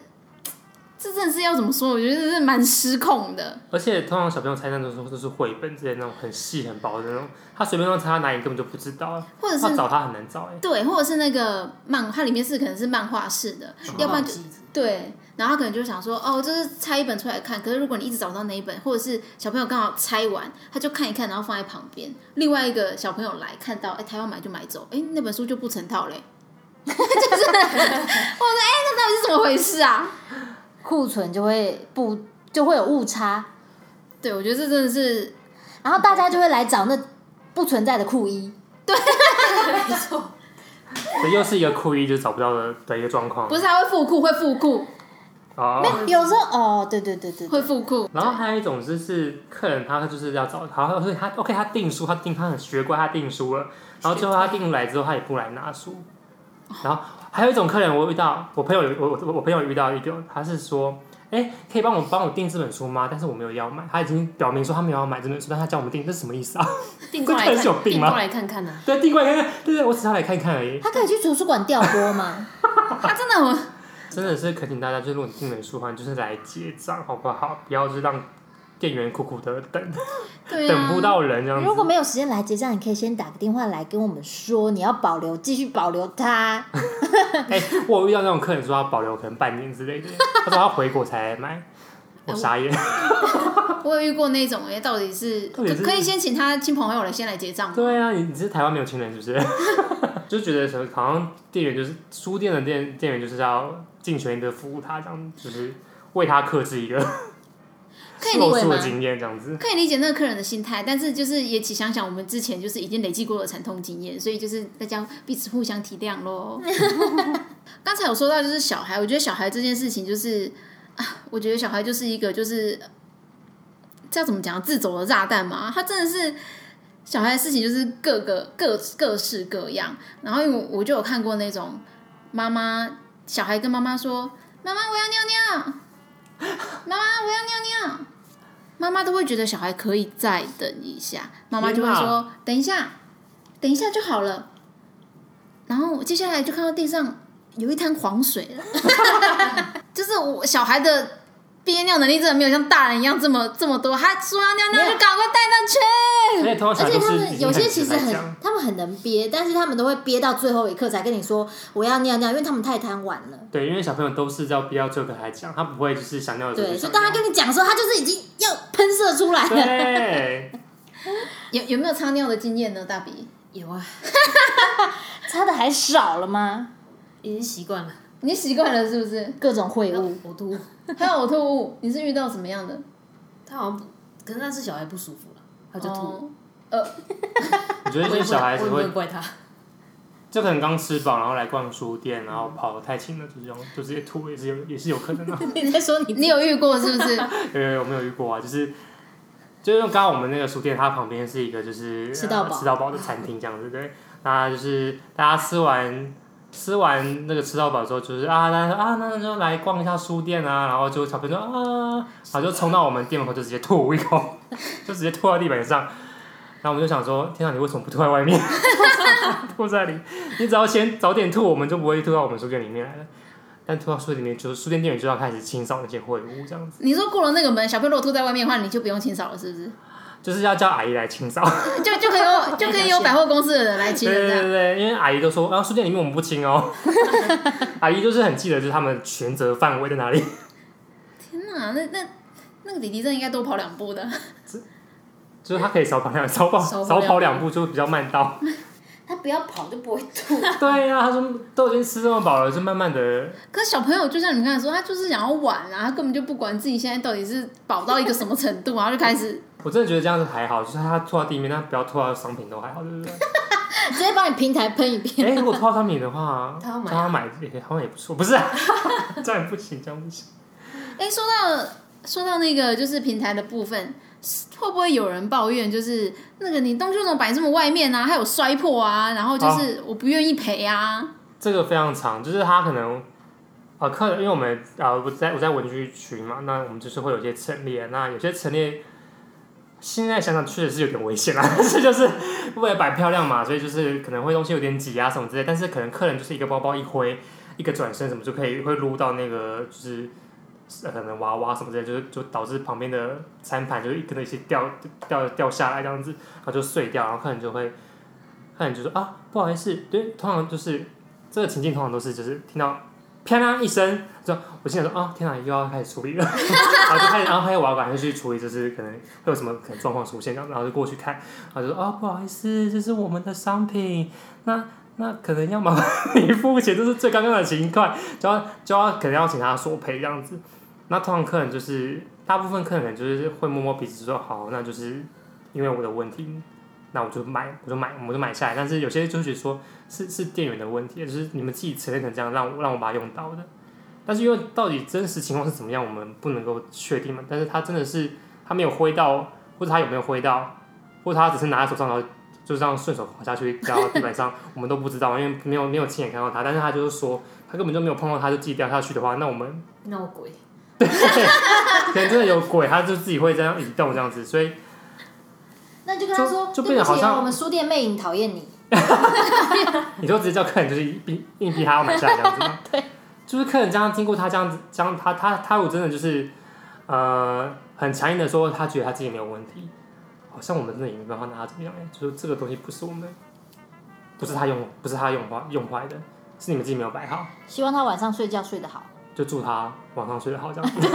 D: 这真的是要怎么说？我觉得这是蛮失控的。
E: 而且通常小朋友拆散的时候都是绘本之类那种很细很薄的那种，他随便乱拆他哪里根本就不知道，
D: 或者是
E: 他找他很难找哎、
D: 对，或者是那个漫，它里面是可能是漫画式的，要不然就对，然后他可能就想说，哦，就是拆一本出来看。可是如果你一直找不到那一本，或者是小朋友刚好拆完，他就看一看，然后放在旁边。另外一个小朋友来看到，哎，他要买就买走，哎，那本书就不成套嘞。 就是，我说，哎，那到底是怎么回事啊？
C: 库存就会不就会有误差，
D: 对，我觉得这真的是
C: 然后大家就会来找那不存在的库一。
E: 这又是一个酷一就找不到的的一个状况。
D: 不是他会复库，会复库，
E: 哦，
C: 有时候哦，对对 对对对
D: 会复库。
E: 然后还有一种就是客人他就是要找，然后所以他 OK 他订书，他订他很学乖，他订书了，然后最后他订来之后他也不来拿书。然后还有一种客人我遇到，我朋友有我我我朋友遇到一种，他是说，哎，可以帮我帮我订这本书吗？但是我没有要买，他已经表明说他没有要买这本书，但他叫我们订，这是什么意思啊？
F: 订过来
E: 这个人
F: 看，
E: 是有病
F: 订
E: 吗
F: 过来看看啊呢、
E: 对，订过来看看，对对，我只是要来看看而已。
C: 他可以去图书馆调拨吗？
D: 他真的很
E: 真的是恳请大家，就是如果你订美术馆，就是来结账，好不好？不要就是让店员苦苦的等，
D: 对啊，
E: 等不到人这样子。
C: 如果没有时间来结账，你可以先打个电话来跟我们说你要保留，继续保留它。
E: 哎、我有遇到那种客人说要保留可能半年之类的，他说他回国才
C: 哎
E: 买，我傻 眼。
D: 我有遇过那种，哎，到底是
E: 到底
D: 可
E: 是
D: 可以先请他亲朋好友来先来结账吗？
E: 对啊，你你是台湾没有亲人是不是？ 就觉得什么好像店员就是书店的店店员就是要尽全力的服务他，这样就是为他克制一个
D: 可以
E: 漏
D: 理解
E: 出的
D: 吗？
E: 经验这样子。
D: 可以理解那个客人的心态，但是就是也请想想我们之前就是已经累积过的惨痛经验，所以就是大家彼此互相体谅喽。刚才有说到就是小孩，我觉得小孩这件事情就是啊，我觉得小孩就是一个就是这要怎么讲啊自走的炸弹嘛，他真的是。小孩的事情就是各个各各式各样，然后因为我我就有看过那种妈妈小孩跟妈妈说：“妈妈，我要尿 尿。”妈妈，我要尿尿。妈妈都会觉得小孩可以再等一下，妈妈就会
E: 天
D: 说
E: 哪：“
D: 等一下，等一下就好了。”然后接下来就看到地上有一滩黄水了， 就是我小孩的憋尿能力真的没有像大人一样这么这么多。他说要尿
C: 没
D: 尿
C: 有
D: 就赶快带他去。
E: 而且哎通常
C: 而且
E: 都
C: 他
E: 是已
C: 们
E: 经
C: 有些
E: 很
C: 其实
E: 直白
C: 很
E: 讲，
C: 他们很能憋，但是他们都会憋到最后一刻才跟你说我要尿尿，因为他们太贪玩了。
E: 对，因为小朋友都是要逼到最后才讲，他不会就是想尿的时候
C: 对，
E: 就
C: 所
E: 想
C: 以当他
E: 尿
C: 跟你讲的时候，他就是已经要喷射出来了。
E: 对，
D: 有有没有擦尿的经验呢，大比？
F: 有啊，
C: 擦的还少了吗？
F: 已经习惯了。
D: 你习惯了是不 是？
C: 各种秽物，
F: 呕吐，
D: 还有呕吐物，你是遇到什么样的？
F: 他好像不，可是那是小孩不舒服了，他啊就吐。
D: 哦呃，
E: 我觉
F: 我
E: 得这
F: 也不能
E: 小孩子
F: 我也
E: 会
F: 不能，怪他。
E: 就可能刚吃饱，然后来逛书店，然后
F: 嗯
E: 跑得太勤了，就是用就直接吐，也是有也是有可能啊的、
C: 你在说你
D: 你有遇过是不是？
E: 有 有有没有遇过啊？就是就是刚刚我们那个书店，它旁边是一个就是
C: 吃到饱
E: 呃吃到饱的餐厅这样子，对。那就是大家吃完吃完那个吃到饱之后，就是啊，那啊那就来逛一下书店啊，然后就小朋友说啊，然后就冲到我们店门口就直接吐一口， 就直接吐到地板上。然后我们就想说，天啊，你为什么不吐在外面？ 吐在里，你只要先早点吐，我们就不会吐到我们书店里面来了。但吐到书店里面，就是书店店员就要开始清扫那些秽物，这样子。
D: 你说过了那个门，小朋友如果吐在外面的话，你就不用清扫了，是 不是？
E: 就是要叫阿姨来清扫。
D: 就就可以有就可以有百货公司的人来清
E: 对
D: 了这
E: 对
D: 样。
E: 对对，因为阿姨都说，啊，书店里面我们不清哦。 阿姨就是很记得，就是他们权责范围在哪里。
D: 天哪，那那那个弟弟真的应该多跑两步的。
E: 就是他可以少跑两少跑
D: 少跑
E: 少跑
D: 两
E: 两步，就比较慢到。
C: 他不要跑就不会吐。
E: 对呀、他说都已经吃这么饱了，就慢慢的。
D: 可是小朋友就像你刚才说，他就是想要玩啊，他根本就不管自己现在到底是饱到一个什么程度，然后就开始
E: 我真的觉得这样子还好，就是他吐到地面，但不要吐到商品都还好，对不对？
C: 直接把你平台喷一遍。
E: 哎、如果吐到商品的话，
F: 他要买啊
E: 叫他买也好像也不错，不是、啊？ 这样不行，这样不行。
D: 哎、说到说到那个就是平台的部分，会不会有人抱怨就是那个你东西为什么摆这么外面啊？还有摔破啊，然后就是我不愿意赔啊。
E: 这个非常长，就是他可能啊，客人因为我们啊，我在我在文具区嘛，那我们就是会有一些陈列，那有些陈列现在想想确实是有点危险啦， 但是就是为了摆漂亮嘛，所以就是可能会东西有点挤啊什么之类，但是可能客人就是一个包包一挥，一个转身什么就可以会撸到那个就是。呃可能娃娃什么之类，就是就导致旁边的餐盘就是可能一些掉 掉掉下来这样子，然后就碎掉，然后客人就会，客人就说啊不好意思，对，通常就是这个情境通常都是就是听到啪啦一声，就我心想说啊，天哪，又要开始处理了，然后就开始，然后还有我要赶快去处理，就是可能会有什么可能状况出现，然后然后就过去看，然后就说啊，不好意思，这是我们的商品，那。那可能要麻烦你付钱，这是最刚刚的情况，就要就要可能要请他索赔这样子。那通常客人就是大部分客人就是会摸摸鼻子说好，那就是因为我的问题，那我就买我就买我就买下来。但是有些就觉得说是是店员的问题，就是你们自己陈列成这样，让我让我把它用到的。但是因为到底真实情况是怎么样，我们不能够确定嘛。但是他真的是他没有挥到，或者他有没有挥到，或者他只是拿在手上，然后就这样顺手滑下去掉到地板上， 我们都不知道，因为没有没有亲眼看到他。但是他就是说，他根本就没有碰到他，就自己掉下去的话，那我们
F: 闹鬼，
E: 可能真的有鬼，他就自己会这样移动这样子，所以
C: 那就跟他说，
E: 就就
C: 对不
E: 变得
C: 起
E: 好像
C: 哦，我们书店魅影讨厌你。
E: 你就直接叫客人就是逼硬逼他要买下来这样子吗？对，就是客人这样经过他这样子，这样他他他如果真的就是呃很强硬的说他觉得他自己没有问题，好像我们真的也没办法拿他怎么样、欸，就是这个东西不是我们，不是他用不是他用坏用坏的，是你们自己没有摆好，
C: 希望他晚上睡觉睡得 好。
E: 就祝他晚上睡得好 这样子。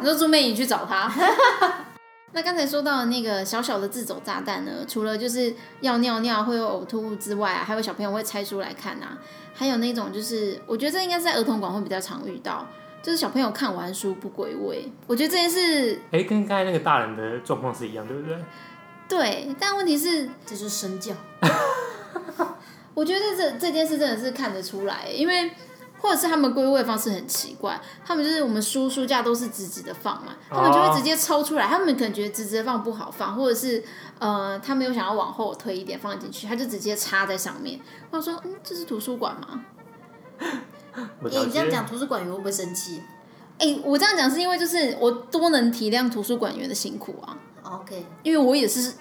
D: 你说朱妹你去找他。 那刚才说到的那个小小的自走炸弹呢，除了就是要尿尿会有呕吐物之外啊，还有小朋友会拆书来看啊，还有那种就是我觉得这应该是在儿童馆会比较常遇到，就是小朋友看完书不归位。我觉得这件事
E: 哎、跟刚才那个大人的状况是一样，对不对？
D: 对，但问题是
F: 这就是身教。
D: 我觉得这这件事真的是看得出来，因为或者是他们归位方式很奇怪，他们就是我们书书架都是直直的放嘛，他们就会直接抽出来，他们可能觉得直直的放不好放，或者是呃他们又想要往后推一点放进去，他就直接插在上面。我想说，嗯，这是图书馆吗？
C: 哎、
E: 我了
C: 你这
E: 解
C: 样。讲图书馆员会不会生气
D: 哎、我这样讲是因为就是我多能体谅图书馆员的辛苦啊，
C: 哦？OK，
D: 因为我也是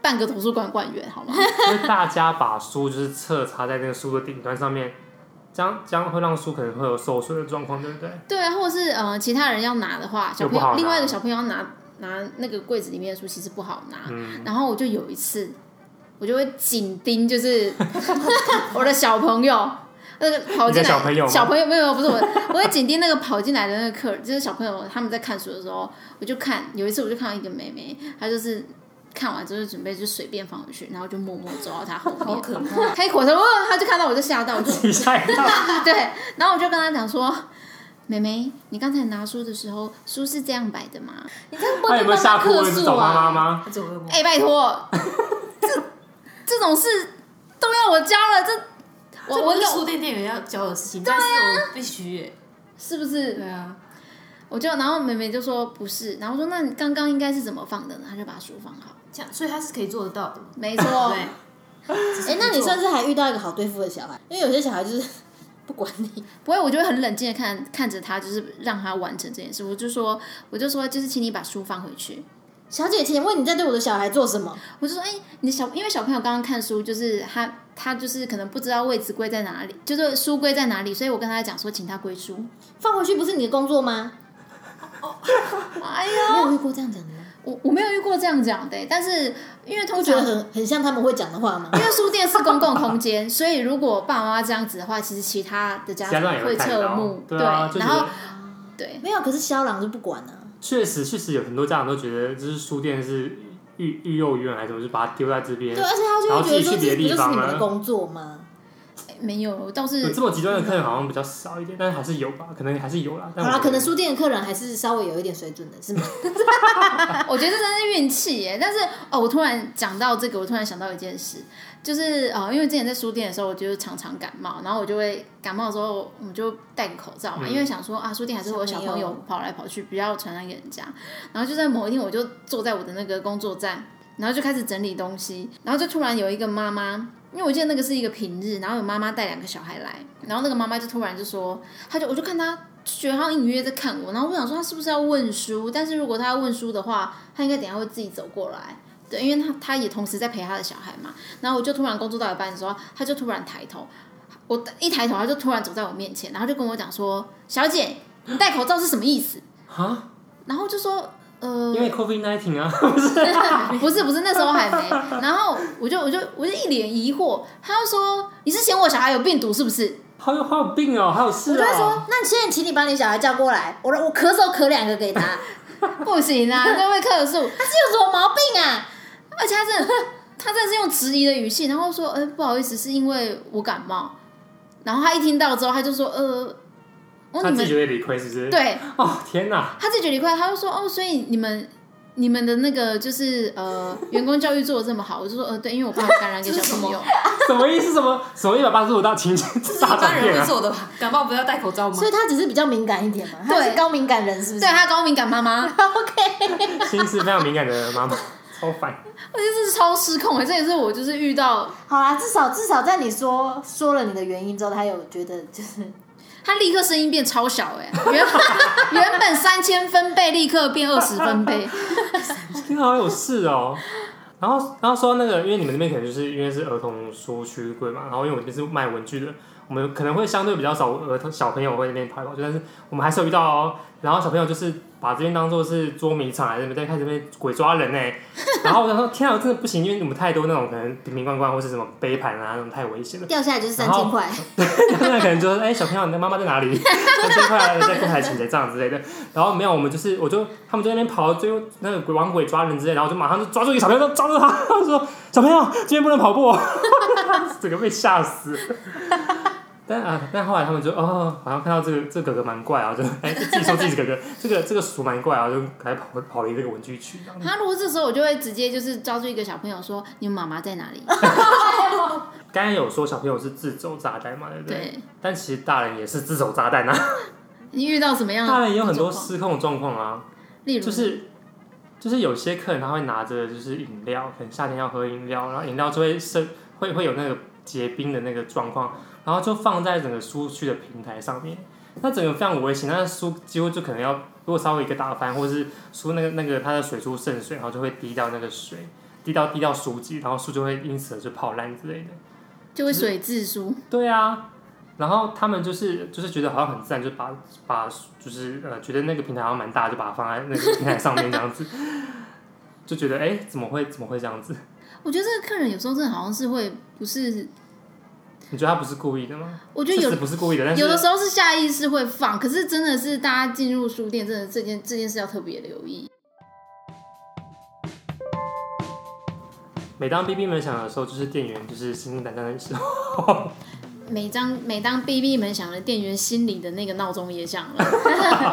D: 半个图书馆馆员，好吗？
E: 因为大家把书就是侧插在那个书的顶端上面，这样这样会让书可能会有受损的状况，对不对？
D: 对啊，或者是呃，其他人要拿的话，小
E: 又
D: 朋
E: 不好
D: 友
E: 拿
D: 另外一个小朋友要拿拿那个柜子里面的书，其实不好拿。
E: 嗯
D: 然后我就有一次，我就会紧盯，就是 我的小朋友，那个跑进
E: 你的
D: 来
E: 小朋
D: 没
E: 友吗
D: 有没有不是我，我会紧盯那个跑进来的那个客人，就是小朋友他们在看书的时候，我就看有一次我就看到一个妹妹，她就是。看完之后就准备就随便放回去，然后就默默走到她后面，好可怕！她一口头，哇她就看到我就吓到，我就
E: 你吓一跳，
D: 对，然后我就跟他讲说：“妹妹，你刚才拿书的时候，书是这样摆的吗
C: 你这样不
E: 他有
C: 能
E: 没有
C: 帮
E: 吓
C: 他
E: 哭？
C: 客
E: 是
C: 诉
E: 找妈妈
C: 啊！
E: 吗？
F: 他走恶？”魔。
D: 哎、拜托，这这种事都要我教了， 这我
F: 这
D: 我
F: 不是
D: 有啊
F: 书店店员要教的事情，但是我必须欸。
D: 是不是？
F: 对啊，
D: 我就然后妹妹就说不是，然后我说那你刚刚应该是怎么放的呢？她就把书放好，
F: 这样所以他是可以做得到的嘛？
D: 没
F: 对
D: 错
F: 不， 对，
C: 哎、那你算是还遇到一个好对付的小孩，因为有些小孩就是不管你，
D: 不会，我就会很冷静的看看着她，就是让她完成这件事。我就说，我就说，就是请你把书放回去。
C: 小姐，请问你在对我的小孩做什么？
D: 我就说，哎、你的小，因为小朋友刚刚看书，就是他他就是可能不知道位置归在哪里，就是书归在哪里，所以我跟他讲说，请他归书。
C: 放回去不是你的工作吗？
D: 哎呀，
C: 没有遇过这样讲的吗？
D: 我我没有遇过这样讲的、但是因为通
C: 不觉
D: 常
C: 得很很像他们会讲的话吗？
D: 因为书店是公共空间，所以如果爸爸妈妈这样子的话，其实其他的家
E: 家长
D: 啊长
E: 也
D: 会
E: 看
D: 侧
E: 到
D: 目，，
E: 对啊，就
D: 然
E: 觉
D: 后
E: 得
D: 对，
C: 没有，可是肖郎就不管啊。
E: 确实确实有很多家长都觉得，就是书店是育育幼园还是什么，就把它丢在这边
C: 对，。而且他就
E: 然
C: 会
E: 后
C: 觉得
E: 自
C: 说
E: 己去
C: 这不就
E: 别的地
C: 是
E: 方
C: 你们的
E: 了
C: 工作吗？
D: 哎没有，我倒
E: 有
D: 是
E: 这么极端的客人好像比较少一点，但是还是有吧，可能还是有啦。但
C: 好
E: 我
C: 啦，
E: 觉
C: 可
E: 得
C: 能书店的客人还是稍微有一点水准的，是吗？啊
D: 我觉得这真是运气耶。但是哦，我突然讲到这个，我突然想到一件事，就是呃，因为之前在书店的时候，我就是常常感冒，然后我就会感冒的时候，我们就戴个口罩嘛，
E: 嗯
D: 因为想说啊，书店还是会有小朋
C: 小朋
D: 友
C: 友
D: 跑来跑去，不要传染给人家。然后就在某一天，我就坐在我的那个工作站，然后就开始整理东西，然后就突然有一个妈妈。因为我记得那个是一个平日，然后有妈妈带两个小孩来，然后那个妈妈就突然就说，她就我就看她觉得他隐约在看我，然后我想说他是不是要问书，但是如果他要问书的话，他应该等一下会自己走过来，对，因为他他也同时在陪他的小孩嘛。然后我就突然工作到一半的时候，他就突然抬头，我一抬头他就突然走在我面前，然后就跟我讲说：“小姐，你戴口罩是什么意思
E: 啊，？”
D: 然后就说：“呃，
E: 因为 COVID nineteen 啊，
D: 不是不是，那时候还没。”然后我就我就我就一脸疑惑，他就说：“你是嫌我小孩有病毒是不是？”
E: 好有好有病哦，还有事
C: 我就会
E: 哦。
C: 说，那现在请你把你小孩叫过来，我我咳嗽咳两个给他， 他
D: 不行啊，那会客诉。
C: 是有什么毛病啊？
D: 而且他真的， 他真的是用质疑的语气，然后说：“呃，不好意思，是因为我感冒。”然后他一听到之后，他就说：“呃，哦，
E: 他
D: 你
E: 自己
D: 们
E: 觉得理亏是不是？，
D: 对
E: 哦天哪，
D: 他自己觉得一块，他就说：哦，所以你们你们的那个就是呃，员工教育做的这么好。”我就说：“呃，对，因为我怕感染给小朋友。
E: 什么意思？什么什么一百八十五道情节
F: 这是一
E: 大转
F: 般
E: 变
F: 人会
E: 啊？
F: 做的吧？感冒不要戴口罩吗
C: 所？以他只是比较敏感一点嘛，他
D: 对
C: 是高敏感人是”不
D: 对
C: 是？
D: 他高敏感妈妈，
E: 心思非常敏感的妈妈，超烦。
D: 我就是超失控的。欸这也是我就是遇到
C: 好啦，至少至少在你说说了你的原因之后，他有觉得就是
D: 他立刻声音变超小哎、原原本三千分贝立刻变二十分贝，
E: 天啊好有事哦。 然后，然后说到那个，因为你们那边可能就是因为是儿童书区柜嘛，然后因为我这边是卖文具的，我们可能会相对比较少儿童小朋友会在那边跑来跑去，但是我们还是有遇到哦。然后小朋友就是把这边当做是捉迷藏，还是在开始那边鬼抓人呢、 然后我想说，天啊，我真的不行，因为你们太多那种可能瓶瓶罐罐或是什么杯盘啊，那种太危险了。
C: 掉下来就是三千块，
E: 那可能就是哎、小朋友，你的妈妈在哪里？三千块在柜台请结账之类的。然后没有，我们就是，我就他们就在那边跑，最后那个鬼玩鬼抓人之类，然后我就马上就抓住一个小朋友，就抓住他，说：“小朋友，今天不能跑步哦。”整个被吓死。但啊，但后来他们就哦，好像看到这个这个哥哥蛮怪啊，就哎、自己说自己是哥哥，这个这个鼠蛮怪啊，就赶快跑跑离这个文具区。
D: 他如果这时候，我就会直接就是抓住一个小朋友说：“你妈妈在哪里？”
E: 刚刚有说小朋友是自走炸弹嘛，对不对？
D: 对，
E: 但其实大人也是自走炸弹啊，
D: 你遇到什么样的？
E: 大人也有很多，失控的状况啊，
D: 例如
E: 就是就是有些客人他会拿着就是饮料，可能夏天要喝饮料，然后饮料就会生会会有那个结冰的那个状况，然后就放在整个书区的平台上面，那整个非常危险，那书几乎就可能要如果稍微一个打翻，或是书那个那个它的水珠渗水，然后就会滴到那个水，滴到滴到书籍，然后书就会因此而就泡烂之类的。
D: 就会水渍书，
E: 对啊，然后他们就是就是觉得好像很自然，就把把就是呃觉得那个平台好像蛮大，就把它放在那个平台上面这样子，就觉得哎、诶怎么会怎么会这样子？
D: 我觉得这个客人有时候真的好像是会不是，
E: 你觉得他不是故意的吗？
D: 我觉得
E: 确
D: 有
E: 实不是故意的，但是
D: 有的时候是下意识会放，可是真的是大家进入书店，真的这件这件事要特别留意。
E: 每当 B B 们想的时候，就是店员就是心惊胆战的时候，
D: 每当每当 B B 们响了，店员心里的那个闹钟也响了，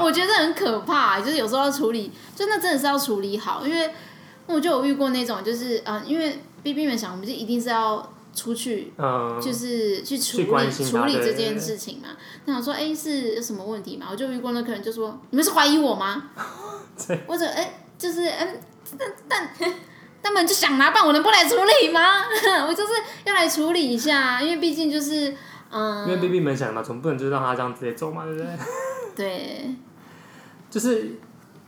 D: 我觉得很可怕。就是有时候要处理，就那真的是要处理好，因为我就有遇过那种，就是啊、呃因为 B B 们响，我们就一定是要出去
E: 嗯，
D: 就是去处
E: 去关
D: 理
E: 心
D: 处
E: 他
D: 理
E: 对
D: 这件事情嘛。那想说，哎、是有什么问题嘛？我就遇过那客人就说，你们是怀疑我吗？或者哎、就是嗯，但但他们就想拿办，我能不来处理吗？我就是要来处理一下，因为毕竟就是嗯，
E: 因为 B B 们想嘛，总不能就让他这样直接走嘛，对不对？
D: 对
E: 就是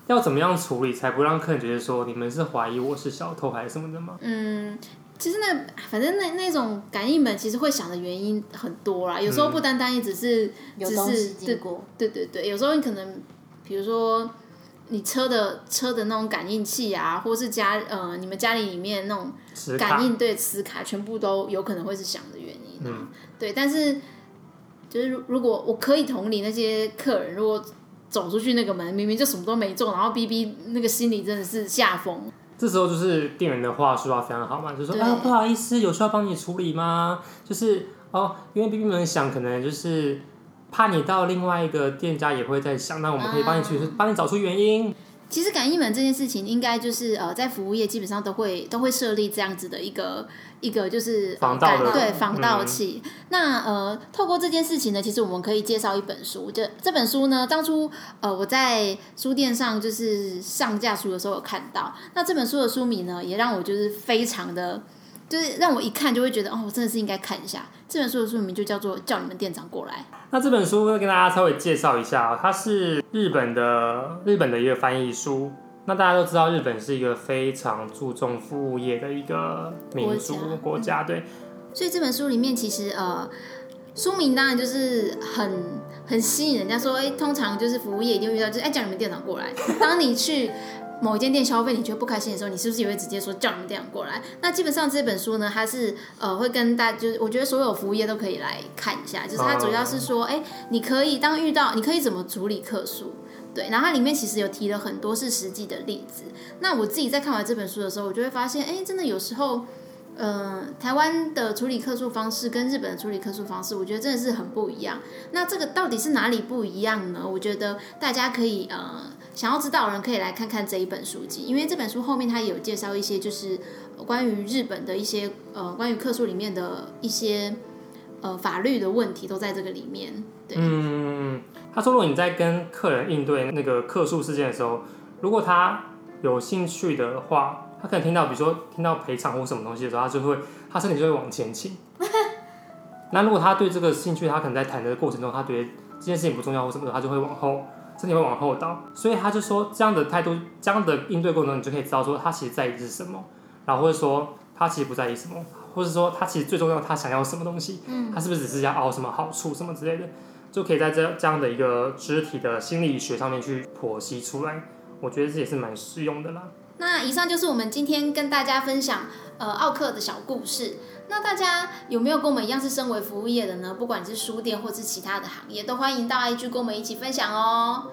E: 要怎么样处理才不让客人觉得说你们是怀疑我是小偷还是什么的吗？
D: 嗯，其实那反正那那种感应门其实会想的原因很多啦，有
E: 嗯
D: 时候不单单也只是、
C: 有
D: 只
C: 东
D: 是
C: 西经
D: 对
C: 过，
D: 对对对，有时候你可能比如说你车的车的那种感应器啊，或是家呃你们家里里面那种
E: 持卡
D: 感应对磁卡，全部都有可能会是响的原因、啊。
E: 嗯
D: 对，但是就是如如果我可以同理那些客人，如果走出去那个门，明明就什么都没做，然后逼逼那个心里真的是吓疯。
E: 这时候就是店员的话术要非常好嘛，就说
D: 对
E: 啊不好意思，有需要帮你处理吗？就是哦，因为 B B 们想可能就是怕你到另外一个店家也会在想，那我们可以帮你去
D: 啊
E: 帮、你找出原因。
D: 其实感应门这件事情，应该就是呃，在服务业基本上都会都会设立这样子的一个一个就是呃
E: 防盗的嗯
D: 感对防盗器。那呃，透过这件事情呢，其实我们可以介绍一本书。这这本书呢，当初呃我在书店上就是上架书的时候有看到。那这本书的书名呢，也让我就是非常的，就是让我一看就会觉得哦，我真的是应该看一下。这本书的书名就叫做《叫你们店长过来》。
E: 那这本书会跟大家稍微介绍一下、哦，它是日本的日本的一个翻译书。那大家都知道，日本是一个非常注重服务业的一个民族
D: 国家嗯
E: 国家，对，
D: 所以这本书里面其实呃，书名当然就是很很吸引人家说，哎、通常就是服务业一定会遇到，就是哎、叫你们店长过来。当你去某一间店消费，你觉得不开心的时候，你是不是也会直接说叫你们店长过来？那基本上这本书呢，它是呃会跟大就是我觉得所有服务业都可以来看一下，就是它主要是说，哎、你可以当遇到你可以怎么处理客诉。对，然后它里面其实有提了很多是实际的例子。那我自己在看完这本书的时候，我就会发现，哎，真的有时候呃，台湾的处理客诉方式跟日本的处理客诉方式，我觉得真的是很不一样。那这个到底是哪里不一样呢？我觉得大家可以呃，想要知道的人可以来看看这一本书籍，因为这本书后面它也有介绍一些就是呃关于日本的一些呃关于客诉里面的一些呃法律的问题都在这个里面。对，
E: 嗯，他说，如果你在跟客人应对那个客诉事件的时候，如果他有兴趣的话，他可能听到，比如说听到赔偿或什么东西的时候，他就会，他身体就会往前倾。那如果他对这个兴趣，他可能在谈的过程中，他觉得哎这件事情不重要或什么的，他就会往后，身体会往后倒。所以他就说，这样的态度，这样的应对过程中，你就可以知道说他其实在意的是什么，然后或者说他其实不在意什么，或者说他其实最重要他想要什么东西，他是不是只是要熬什么好处什么之类的。就可以在这这样的一个肢体的心理学上面去剖析出来。我觉得这也是蛮适用的啦。
D: 那以上就是我们今天跟大家分享呃奥克的小故事。那大家有没有跟我们一样是身为服务业的呢？不管你是书店或是其他的行业，都欢迎到 IG 跟我们一起分享哦。